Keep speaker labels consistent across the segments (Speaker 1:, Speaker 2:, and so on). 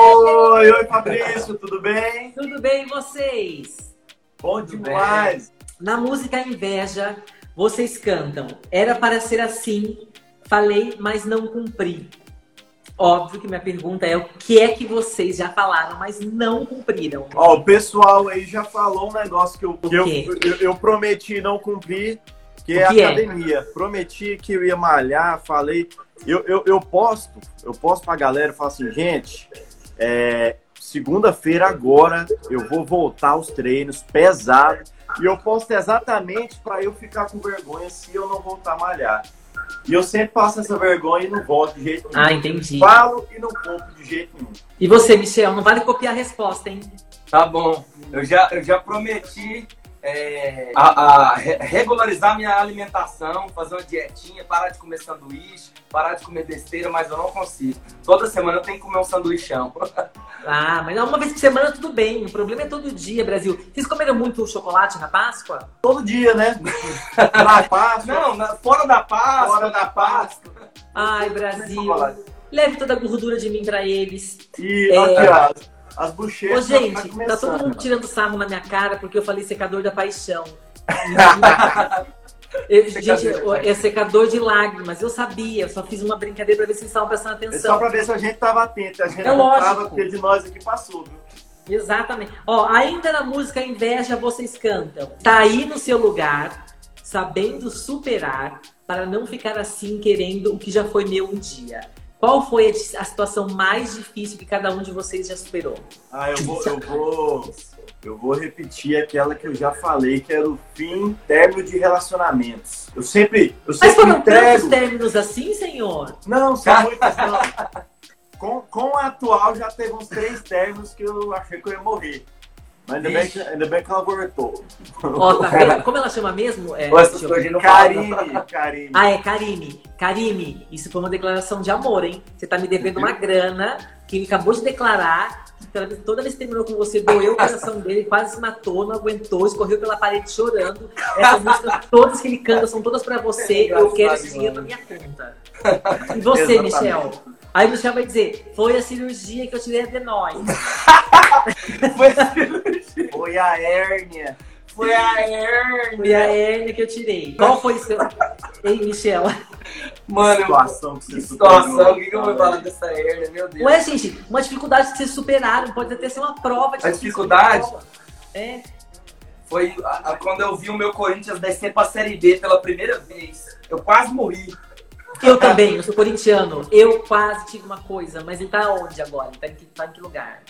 Speaker 1: Oi, oi, Fabrício, tudo bem?
Speaker 2: Tudo bem, e vocês?
Speaker 1: Bom demais.
Speaker 2: Na música Inveja, vocês cantam Era para ser assim, falei, mas não cumpri. Óbvio que minha pergunta é o que é que vocês já falaram, mas não cumpriram.
Speaker 1: Ó, o pessoal aí já falou um negócio que eu,
Speaker 2: O
Speaker 1: que eu,
Speaker 2: quê?
Speaker 1: eu, eu prometi e não cumprir, que é
Speaker 2: O que é?
Speaker 1: academia. Prometi que eu ia malhar, falei. Eu, eu, eu posto, eu posto pra galera e falo assim, gente, é, segunda-feira agora eu vou voltar aos treinos pesado. E eu posto exatamente pra eu ficar com vergonha se eu não voltar a malhar. E eu sempre passo essa vergonha e não volto de jeito nenhum.
Speaker 2: Ah, entendi.
Speaker 1: Falo e não compro de jeito nenhum.
Speaker 2: E você, Michel, não vale copiar a resposta, hein?
Speaker 3: Tá bom. Eu já, eu já prometi é, a, a re- regularizar minha alimentação, fazer uma dietinha, parar de comer sanduíche, parar de comer besteira, mas eu não consigo. Toda semana eu tenho que comer um sanduichão.
Speaker 2: Ah, mas uma vez por semana tudo bem. O problema é todo dia, Brasil. Vocês comeram muito chocolate na Páscoa?
Speaker 1: Todo dia, né? Na Páscoa,
Speaker 3: Não, na- fora da paz,
Speaker 1: fora da Páscoa.
Speaker 2: Ai, Brasil. Leve toda a gordura de mim pra eles.
Speaker 1: E
Speaker 2: É.
Speaker 1: aqui, ó, as bochechas.
Speaker 2: Ô, gente,
Speaker 1: começando,
Speaker 2: tá todo mundo
Speaker 1: ó.
Speaker 2: tirando sarro na minha cara porque eu falei secador da paixão. E- e- gente,
Speaker 3: Secador da paixão.
Speaker 2: é secador de lágrimas. Eu sabia, eu só fiz uma brincadeira pra ver se vocês estavam prestando
Speaker 1: É só
Speaker 2: atenção.
Speaker 1: pra ver se a gente tava atento. A gente
Speaker 2: É
Speaker 1: não tava,
Speaker 2: lógico.
Speaker 1: porque de nós aqui passou, viu?
Speaker 2: Exatamente. Ó, ainda na música Inveja vocês cantam. Tá aí no seu lugar, sabendo superar, para não ficar assim querendo o que já foi meu um dia. Qual foi a, a situação mais difícil que cada um de vocês já superou?
Speaker 1: Ah, eu vou, eu vou. Eu vou repetir aquela que eu já falei, que era o fim término de relacionamentos. Eu sempre, eu
Speaker 2: Mas
Speaker 1: sempre
Speaker 2: foram tantos
Speaker 1: entrego.
Speaker 2: términos assim, senhor?
Speaker 1: Não, são muitas não. Com, com a atual já teve uns três términos que eu achei que eu ia morrer. Mas ainda bem que, ainda bem que ela voltou.
Speaker 2: Ó, tá vendo? Como ela chama mesmo? É,
Speaker 3: Ou essas
Speaker 2: deixa eu
Speaker 3: coisas
Speaker 2: ver.
Speaker 3: de não falar, não.
Speaker 1: Karine, Karine.
Speaker 2: ah, é Karine. Karine, isso foi uma declaração de amor, hein? Você tá me devendo uma grana que ele acabou de declarar. que pela vez- Toda vez que terminou com você, doeu o coração dele, quase se matou, não aguentou, escorreu pela parede chorando. Essas músicas todas que ele canta são todas pra você. eu quero esse dinheiro na minha conta. E você,
Speaker 1: Exatamente.
Speaker 2: Michel? Aí o Michel vai dizer: foi a cirurgia que eu tirei a adenoide.
Speaker 3: Foi,
Speaker 1: Foi a hérnia.
Speaker 3: foi a hernia.
Speaker 2: Foi a hérnia que eu tirei. Qual foi seu. Ei, Michel.
Speaker 3: Mano, eu-
Speaker 1: situação que
Speaker 3: que
Speaker 1: você
Speaker 3: situação.
Speaker 1: superou.
Speaker 3: O que, que eu vou falar dessa hernia, meu Deus?
Speaker 2: Ué, é, gente, uma dificuldade que vocês superaram, pode até ser uma prova. de
Speaker 3: A dificuldade?
Speaker 2: É.
Speaker 3: Foi a- a- quando eu vi o meu Corinthians descer pra Série B pela primeira vez. Eu quase morri.
Speaker 2: Eu também, eu sou corintiano. Eu quase tive uma coisa, mas ele tá onde agora? Ele tá em que, tá em que lugar?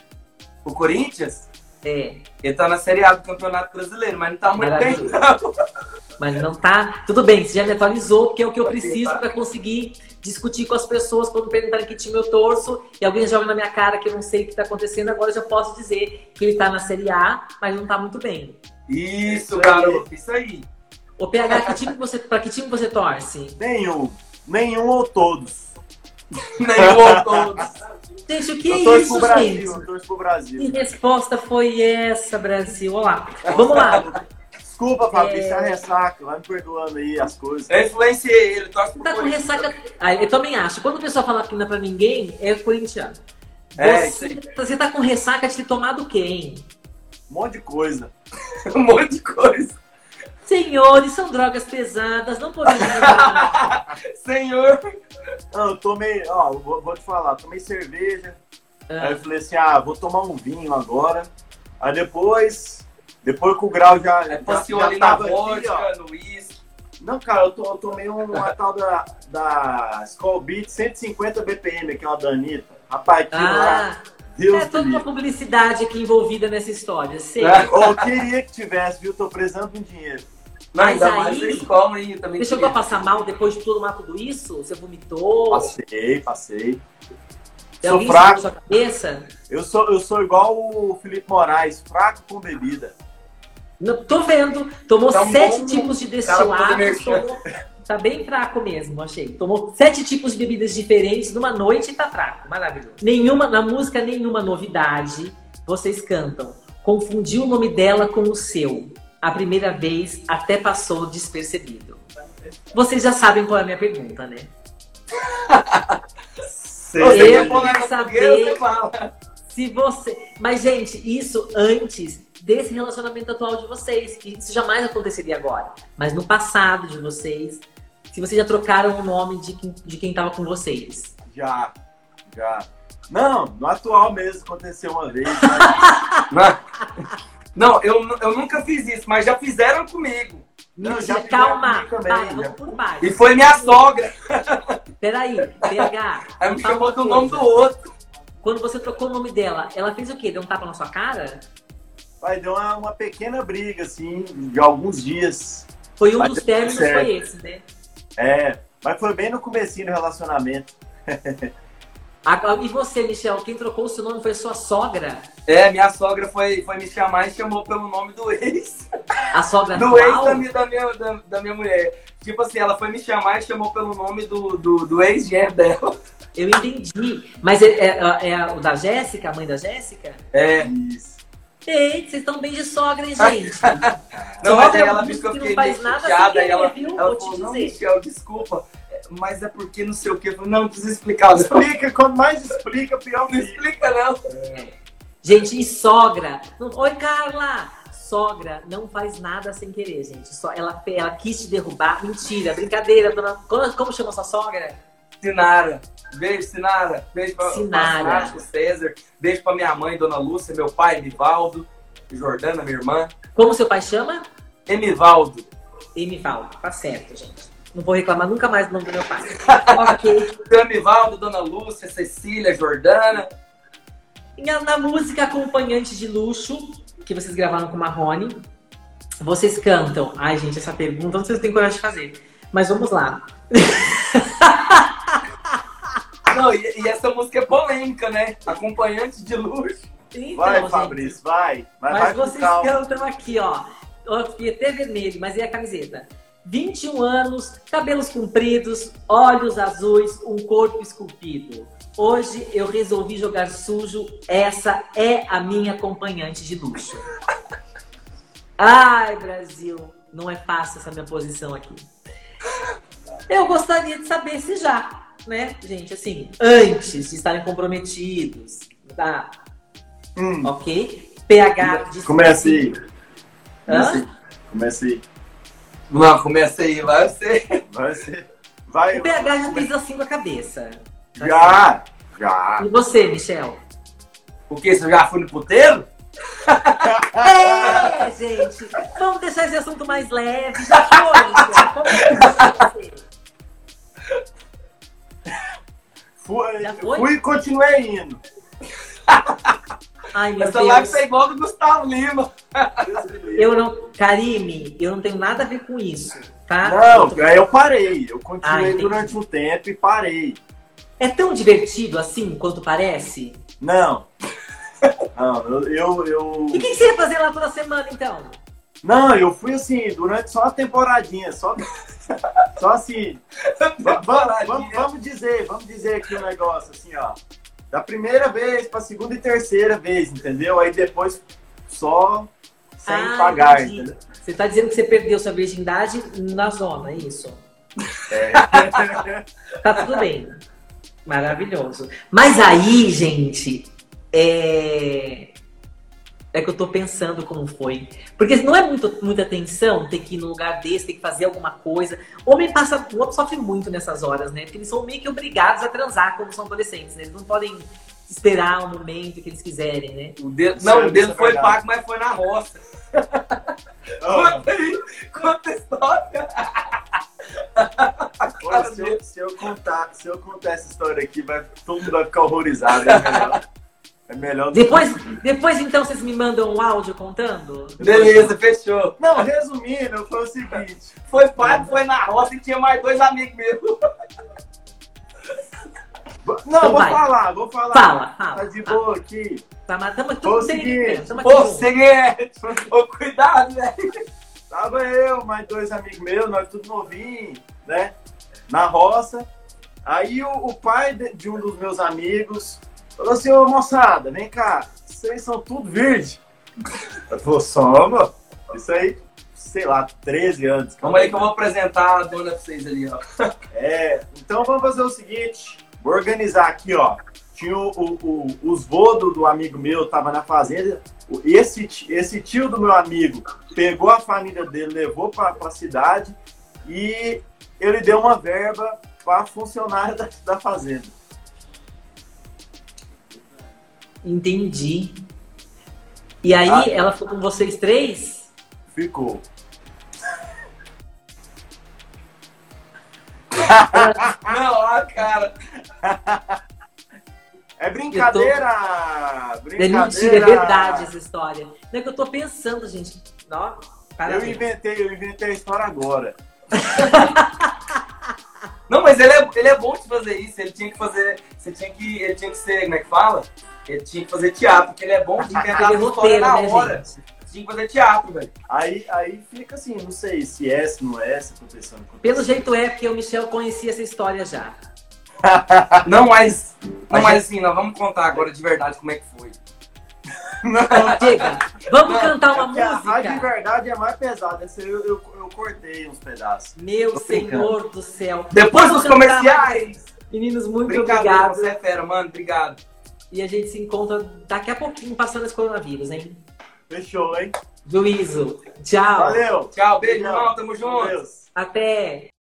Speaker 3: O Corinthians,
Speaker 2: É,
Speaker 3: ele tá na Série A do Campeonato Brasileiro, mas não tá muito bem.
Speaker 2: Maravilha. mas não tá. Tudo bem, você já me atualizou, porque é o que eu preciso pra conseguir discutir com as pessoas quando perguntarem que time eu torço e alguém joga na minha cara que eu não sei o que tá acontecendo. Agora eu já posso dizer que ele tá na Série A, mas não tá muito bem.
Speaker 3: Isso, garoto, isso aí.
Speaker 2: Ô, PH, que time que você, pra que time você torce?
Speaker 1: Nenhum. Nenhum ou todos.
Speaker 3: Nenhum ou todos.
Speaker 2: Gente, o que
Speaker 1: eu
Speaker 2: é
Speaker 1: torço pro
Speaker 2: isso,
Speaker 1: Brasil.
Speaker 2: gente?
Speaker 1: Eu torço pro
Speaker 2: Que
Speaker 1: Brasil.
Speaker 2: resposta foi essa, Brasil? Olha lá. Vamos lá.
Speaker 1: Desculpa, Fabrício,
Speaker 2: É.
Speaker 1: é... a ressaca. Vai me perdoando aí as coisas.
Speaker 3: Eu influenciei ele, torce pro
Speaker 2: Tá com
Speaker 3: Corinthians.
Speaker 2: ressaca. Ah, eu também acho. Quando o pessoal fala que não é pra ninguém, é corintiano.
Speaker 3: É,
Speaker 2: Você, você tá com ressaca de ter tomado quem?
Speaker 1: Um monte de coisa.
Speaker 3: Um monte de coisa.
Speaker 2: Senhores, são drogas pesadas, não podemos. usar.
Speaker 3: Senhor.
Speaker 1: Não, eu tomei, ó, eu vou, vou te falar, eu tomei cerveja. Aí
Speaker 2: Ah,
Speaker 1: eu falei assim, ah, vou tomar um vinho agora. Aí depois, depois que o grau já,
Speaker 3: É,
Speaker 1: já,
Speaker 3: Passeou
Speaker 1: já
Speaker 3: ali na
Speaker 1: tava aqui, ó.
Speaker 3: vodka, no uísque.
Speaker 1: Não, cara, eu, to- eu tomei um- uma tal da, da Skull Beat 150 BPM, aquela da Anitta. Rapaz, aquilo lá,
Speaker 2: ah,
Speaker 1: Deus
Speaker 2: é
Speaker 1: do
Speaker 2: toda uma
Speaker 1: livre.
Speaker 2: publicidade aqui envolvida nessa história. Sei.
Speaker 3: É.
Speaker 1: Ô, Eu queria que tivesse, viu? Tô precisando de um dinheiro.
Speaker 3: Não,
Speaker 2: Mas
Speaker 3: ainda mais
Speaker 2: aí-
Speaker 3: vocês comam aí também.
Speaker 2: Você chegou a passar mal depois de tudo, mas tudo isso? Você vomitou?
Speaker 1: Passei, passei.
Speaker 2: Tem
Speaker 1: Sou
Speaker 2: alguém
Speaker 1: fraco.
Speaker 2: na sua cabeça?
Speaker 1: Eu sou, eu sou igual o Felipe Moraes, fraco com bebida.
Speaker 2: Não, tô vendo. Tomou
Speaker 3: Tá um
Speaker 2: sete
Speaker 3: bom
Speaker 2: tipos de
Speaker 3: cara pra
Speaker 2: destilados.
Speaker 3: poder mexer.
Speaker 2: tomou- Tá bem fraco mesmo, achei. Tomou sete tipos de bebidas diferentes numa noite e tá fraco. Maravilhoso. Nenhuma, na música, nenhuma novidade. Vocês cantam. Confundiu o nome dela com o seu. A primeira vez até passou despercebido. Vocês já sabem qual é a minha pergunta, né?
Speaker 1: Sei.
Speaker 3: Você
Speaker 2: Eu
Speaker 3: quer pôr na
Speaker 2: quero
Speaker 3: fogueira,
Speaker 2: saber.
Speaker 3: você fala.
Speaker 2: Se você. Mas, gente, isso antes desse relacionamento atual de vocês, que isso jamais aconteceria agora. Mas no passado de vocês, se vocês já trocaram o nome de quem, de quem tava com vocês.
Speaker 1: Já, já. Não, no atual mesmo aconteceu uma vez.
Speaker 3: Não, eu, nu- eu nunca fiz isso, mas já fizeram comigo.
Speaker 1: Não, já
Speaker 2: Mentira,
Speaker 1: fizeram
Speaker 2: é calma,
Speaker 1: comigo também,
Speaker 2: vai,
Speaker 1: já.
Speaker 2: vamos por baixo.
Speaker 3: E foi minha sogra.
Speaker 2: Peraí, PH.
Speaker 3: Aí me
Speaker 2: fala
Speaker 3: chamou
Speaker 2: uma
Speaker 3: do nome do
Speaker 2: coisa.
Speaker 3: outro.
Speaker 2: Quando você trocou o nome dela, ela fez o quê? Deu um tapa na sua cara?
Speaker 1: Vai, deu uma, uma pequena briga, assim, de alguns dias.
Speaker 2: Foi um
Speaker 1: Mas
Speaker 2: dos
Speaker 1: deu
Speaker 2: términos,
Speaker 1: certo.
Speaker 2: foi esse, né?
Speaker 1: É, mas foi bem no comecinho do relacionamento.
Speaker 2: Agora, e você, Michel, quem trocou o seu nome foi sua sogra?
Speaker 3: É, minha sogra foi, foi me chamar e chamou pelo nome do ex.
Speaker 2: A sogra
Speaker 3: Do ex da
Speaker 2: atual?
Speaker 3: minha, da, minha, da, da minha mulher. Tipo assim, ela foi me chamar e chamou pelo nome do, do, do ex-genro dela.
Speaker 2: Eu entendi. Mas é, é- é- é o da Jéssica, a mãe da Jéssica?
Speaker 3: É.
Speaker 1: Isso.
Speaker 2: Então, Gente, vocês estão bem de sogra, hein, gente?
Speaker 3: Não, mas aí ela
Speaker 2: disse
Speaker 3: ficou
Speaker 2: que
Speaker 3: fiquei
Speaker 2: não faz
Speaker 3: meio
Speaker 2: nada sem
Speaker 3: chateada,
Speaker 2: querer,
Speaker 3: aí ela,
Speaker 2: viu?
Speaker 3: ela
Speaker 2: Vou te
Speaker 3: falou, não,
Speaker 2: dizer."
Speaker 3: Michel, desculpa, mas é porque não sei o quê. Eu falei, não, não precisa explicar, não,
Speaker 1: Explica, quanto mais explica, pior
Speaker 3: não
Speaker 1: fica.
Speaker 3: explica não.
Speaker 2: gente, e sogra? Não- Oi, Carla! Sogra não faz nada sem querer, gente. Só ela, ela quis te derrubar. Mentira, brincadeira. Dona... Como, como chama sua sogra?
Speaker 3: Sinara, beijo Sinara, beijo pra,
Speaker 2: Sinara.
Speaker 3: pra Sinara, pro César, beijo pra minha mãe, Dona Lúcia, meu pai, Mivaldo, Jordana, minha irmã,
Speaker 2: Como seu pai chama?
Speaker 3: Emivaldo.
Speaker 2: Emival. Tá certo, gente. Não vou reclamar nunca mais do nome do meu pai. ok.
Speaker 3: Seu Emivaldo, Dona Lúcia, Cecília, Jordana,
Speaker 2: Na, na música Acompanhante de Luxo, que vocês gravaram com o Marrone, vocês cantam. Ai, gente, essa pergunta vocês têm coragem de fazer. Mas vamos lá.
Speaker 3: não, e, e essa música é polêmica, né? Acompanhante de luxo.
Speaker 2: Então,
Speaker 1: Vai,
Speaker 2: gente,
Speaker 1: Fabrício, vai. Mas,
Speaker 2: Mas
Speaker 1: vai com
Speaker 2: vocês
Speaker 1: calma.
Speaker 2: cantam aqui, ó. Eu fiquei até vermelho, mas é a camiseta. 21 anos, cabelos compridos, olhos azuis, um corpo esculpido. Hoje eu resolvi jogar sujo, essa é a minha acompanhante de luxo. Ai, Brasil, não é fácil essa minha posição aqui. Eu gostaria de saber se já, né, gente, assim, antes de estarem comprometidos, tá?
Speaker 1: Hum,
Speaker 2: Ok? PH de
Speaker 1: Começa aí.
Speaker 2: Hã?
Speaker 1: Comece aí. Comece aí.
Speaker 3: Não, começa aí, vai você.
Speaker 1: Vai ser. Vai.
Speaker 2: O PH já tá fez assim com a cabeça.
Speaker 1: Já! Já!
Speaker 2: E você, Michel?
Speaker 3: O que, você já foi no puteiro?
Speaker 2: É, gente. Vamos deixar esse assunto mais leve. Já foi, Michel. Como é que foi?
Speaker 1: Fui,
Speaker 2: Já foi?
Speaker 1: fui e continuei indo.
Speaker 2: Ai, meu
Speaker 3: Essa live
Speaker 2: Deus.
Speaker 3: tá igual do Gustavo Lima.
Speaker 2: Eu não... Karime, eu não tenho nada a ver com isso, tá?
Speaker 1: Não, aí eu parei. Eu
Speaker 2: Ah,
Speaker 1: continuei
Speaker 2: entendi.
Speaker 1: durante um tempo e parei.
Speaker 2: É tão divertido assim quanto parece?
Speaker 1: Não. Não, eu, eu, eu-
Speaker 2: E o que, que você ia fazer lá toda semana, então?
Speaker 1: Não, eu fui assim, durante só uma temporadinha, só. Só assim. va- va- Vamos, vamos dizer, vamos dizer aqui o negócio, assim, ó. Da primeira vez pra segunda e terceira vez, entendeu? Aí depois só sem
Speaker 2: Ah,
Speaker 1: pagar,
Speaker 2: entendi.
Speaker 1: entendeu?
Speaker 2: Você tá dizendo que você perdeu sua virgindade na zona, é isso?
Speaker 1: É,
Speaker 2: Tá tudo bem. Maravilhoso. Mas aí, gente, é. É que eu tô pensando como foi. Porque não é muito, muita tensão ter que ir num lugar desse, ter que fazer alguma coisa. Homem passa. O homem sofre muito nessas horas, né? Porque eles são meio que obrigados a transar quando são adolescentes, né? Eles não podem esperar o momento que eles quiserem, né?
Speaker 3: O dedo, não, o dedo
Speaker 1: Isso é
Speaker 3: foi
Speaker 1: verdade.
Speaker 3: pago, mas foi na roça.
Speaker 1: Ó,
Speaker 3: Conta aí, conta a história.
Speaker 1: ó, se, eu, se eu contar, se eu contar essa história aqui, vai, todo mundo vai ficar horrorizado. É melhor. É melhor do que-
Speaker 2: Depois, depois então, vocês me mandam um áudio contando?
Speaker 3: Beleza, fechou.
Speaker 1: Não, resumindo, foi o seguinte.
Speaker 3: Foi pago, foi na roça e tinha mais dois amigos mesmo.
Speaker 1: Não,
Speaker 2: Então
Speaker 1: vou
Speaker 2: vai.
Speaker 1: falar, vou falar.
Speaker 2: Fala, fala.
Speaker 1: Tá de boa aqui.
Speaker 2: Tá, mas tamo,
Speaker 1: Ô,
Speaker 2: tudo bem,
Speaker 1: seguinte,
Speaker 2: tamo aqui.
Speaker 3: Ô,
Speaker 2: junto.
Speaker 3: Seguinte, é, ô, cuidado, né? velho.
Speaker 1: Tava eu, mais dois amigos meus, nós tudo novinho, né? Na roça. Aí o, o pai de, de um dos meus amigos falou assim, ô moçada, vem cá, vocês são tudo virgem. Eu falou, soma, isso aí, sei lá, 13 anos.
Speaker 3: Calma aí que eu vou apresentar a dona pra vocês ali, ó.
Speaker 1: É, então vamos fazer o seguinte, vou organizar aqui, ó. Tinha o, o, o, os vô do, do amigo meu, tava na fazenda. Esse, esse tio do meu amigo pegou a família dele, levou para a cidade e ele deu uma verba para funcionário da, da fazenda.
Speaker 2: Entendi. E aí,
Speaker 1: Ah.
Speaker 2: ela foi com vocês três?
Speaker 1: Ficou.
Speaker 3: Não, ó, cara.
Speaker 1: É brincadeira!
Speaker 2: É
Speaker 1: brincadeira.
Speaker 2: mentira, é verdade essa história. Não é que eu tô pensando, gente. Ó,
Speaker 1: Eu
Speaker 2: parabéns.
Speaker 1: inventei, eu inventei a história agora.
Speaker 3: Não, mas ele é, ele é bom de fazer isso. Ele tinha que fazer. Você tinha que. Ele tinha que ser. Como é que fala? Ele tinha que fazer teatro, porque ele é bom de inventar
Speaker 2: Aquele
Speaker 3: a história
Speaker 2: roteiro,
Speaker 3: na
Speaker 2: né,
Speaker 3: hora.
Speaker 2: gente?
Speaker 3: Tinha que fazer teatro, velho.
Speaker 1: Aí, aí fica assim, não sei se é, se não é, se aconteceu, não aconteceu.
Speaker 2: Pelo jeito é, porque o Michel conhecia essa história já.
Speaker 3: Não, mas. Não, mas assim, nós vamos contar agora de verdade como é que foi.
Speaker 2: Então, chega. Vamos
Speaker 3: Não,
Speaker 2: cantar Tá uma
Speaker 1: Porque É a rádio de
Speaker 2: música?
Speaker 1: verdade é mais pesada. Essa eu, eu, eu cortei uns pedaços.
Speaker 2: Meu
Speaker 1: Tô
Speaker 2: Senhor do céu.
Speaker 3: Depois
Speaker 2: Vamos
Speaker 3: dos
Speaker 2: cantar
Speaker 3: comerciais!
Speaker 2: mais. Meninos, muito
Speaker 3: Brincadeira,
Speaker 2: obrigado.
Speaker 3: você é fera, mano. Obrigado.
Speaker 2: E a gente se encontra daqui a pouquinho passando esse coronavírus, hein?
Speaker 1: Fechou, hein?
Speaker 2: Juízo. Tchau.
Speaker 1: Valeu!
Speaker 2: Tá.
Speaker 3: Tchau, beijo,
Speaker 1: Beijão.
Speaker 3: irmão. Tamo junto.
Speaker 1: Deus.
Speaker 2: Até.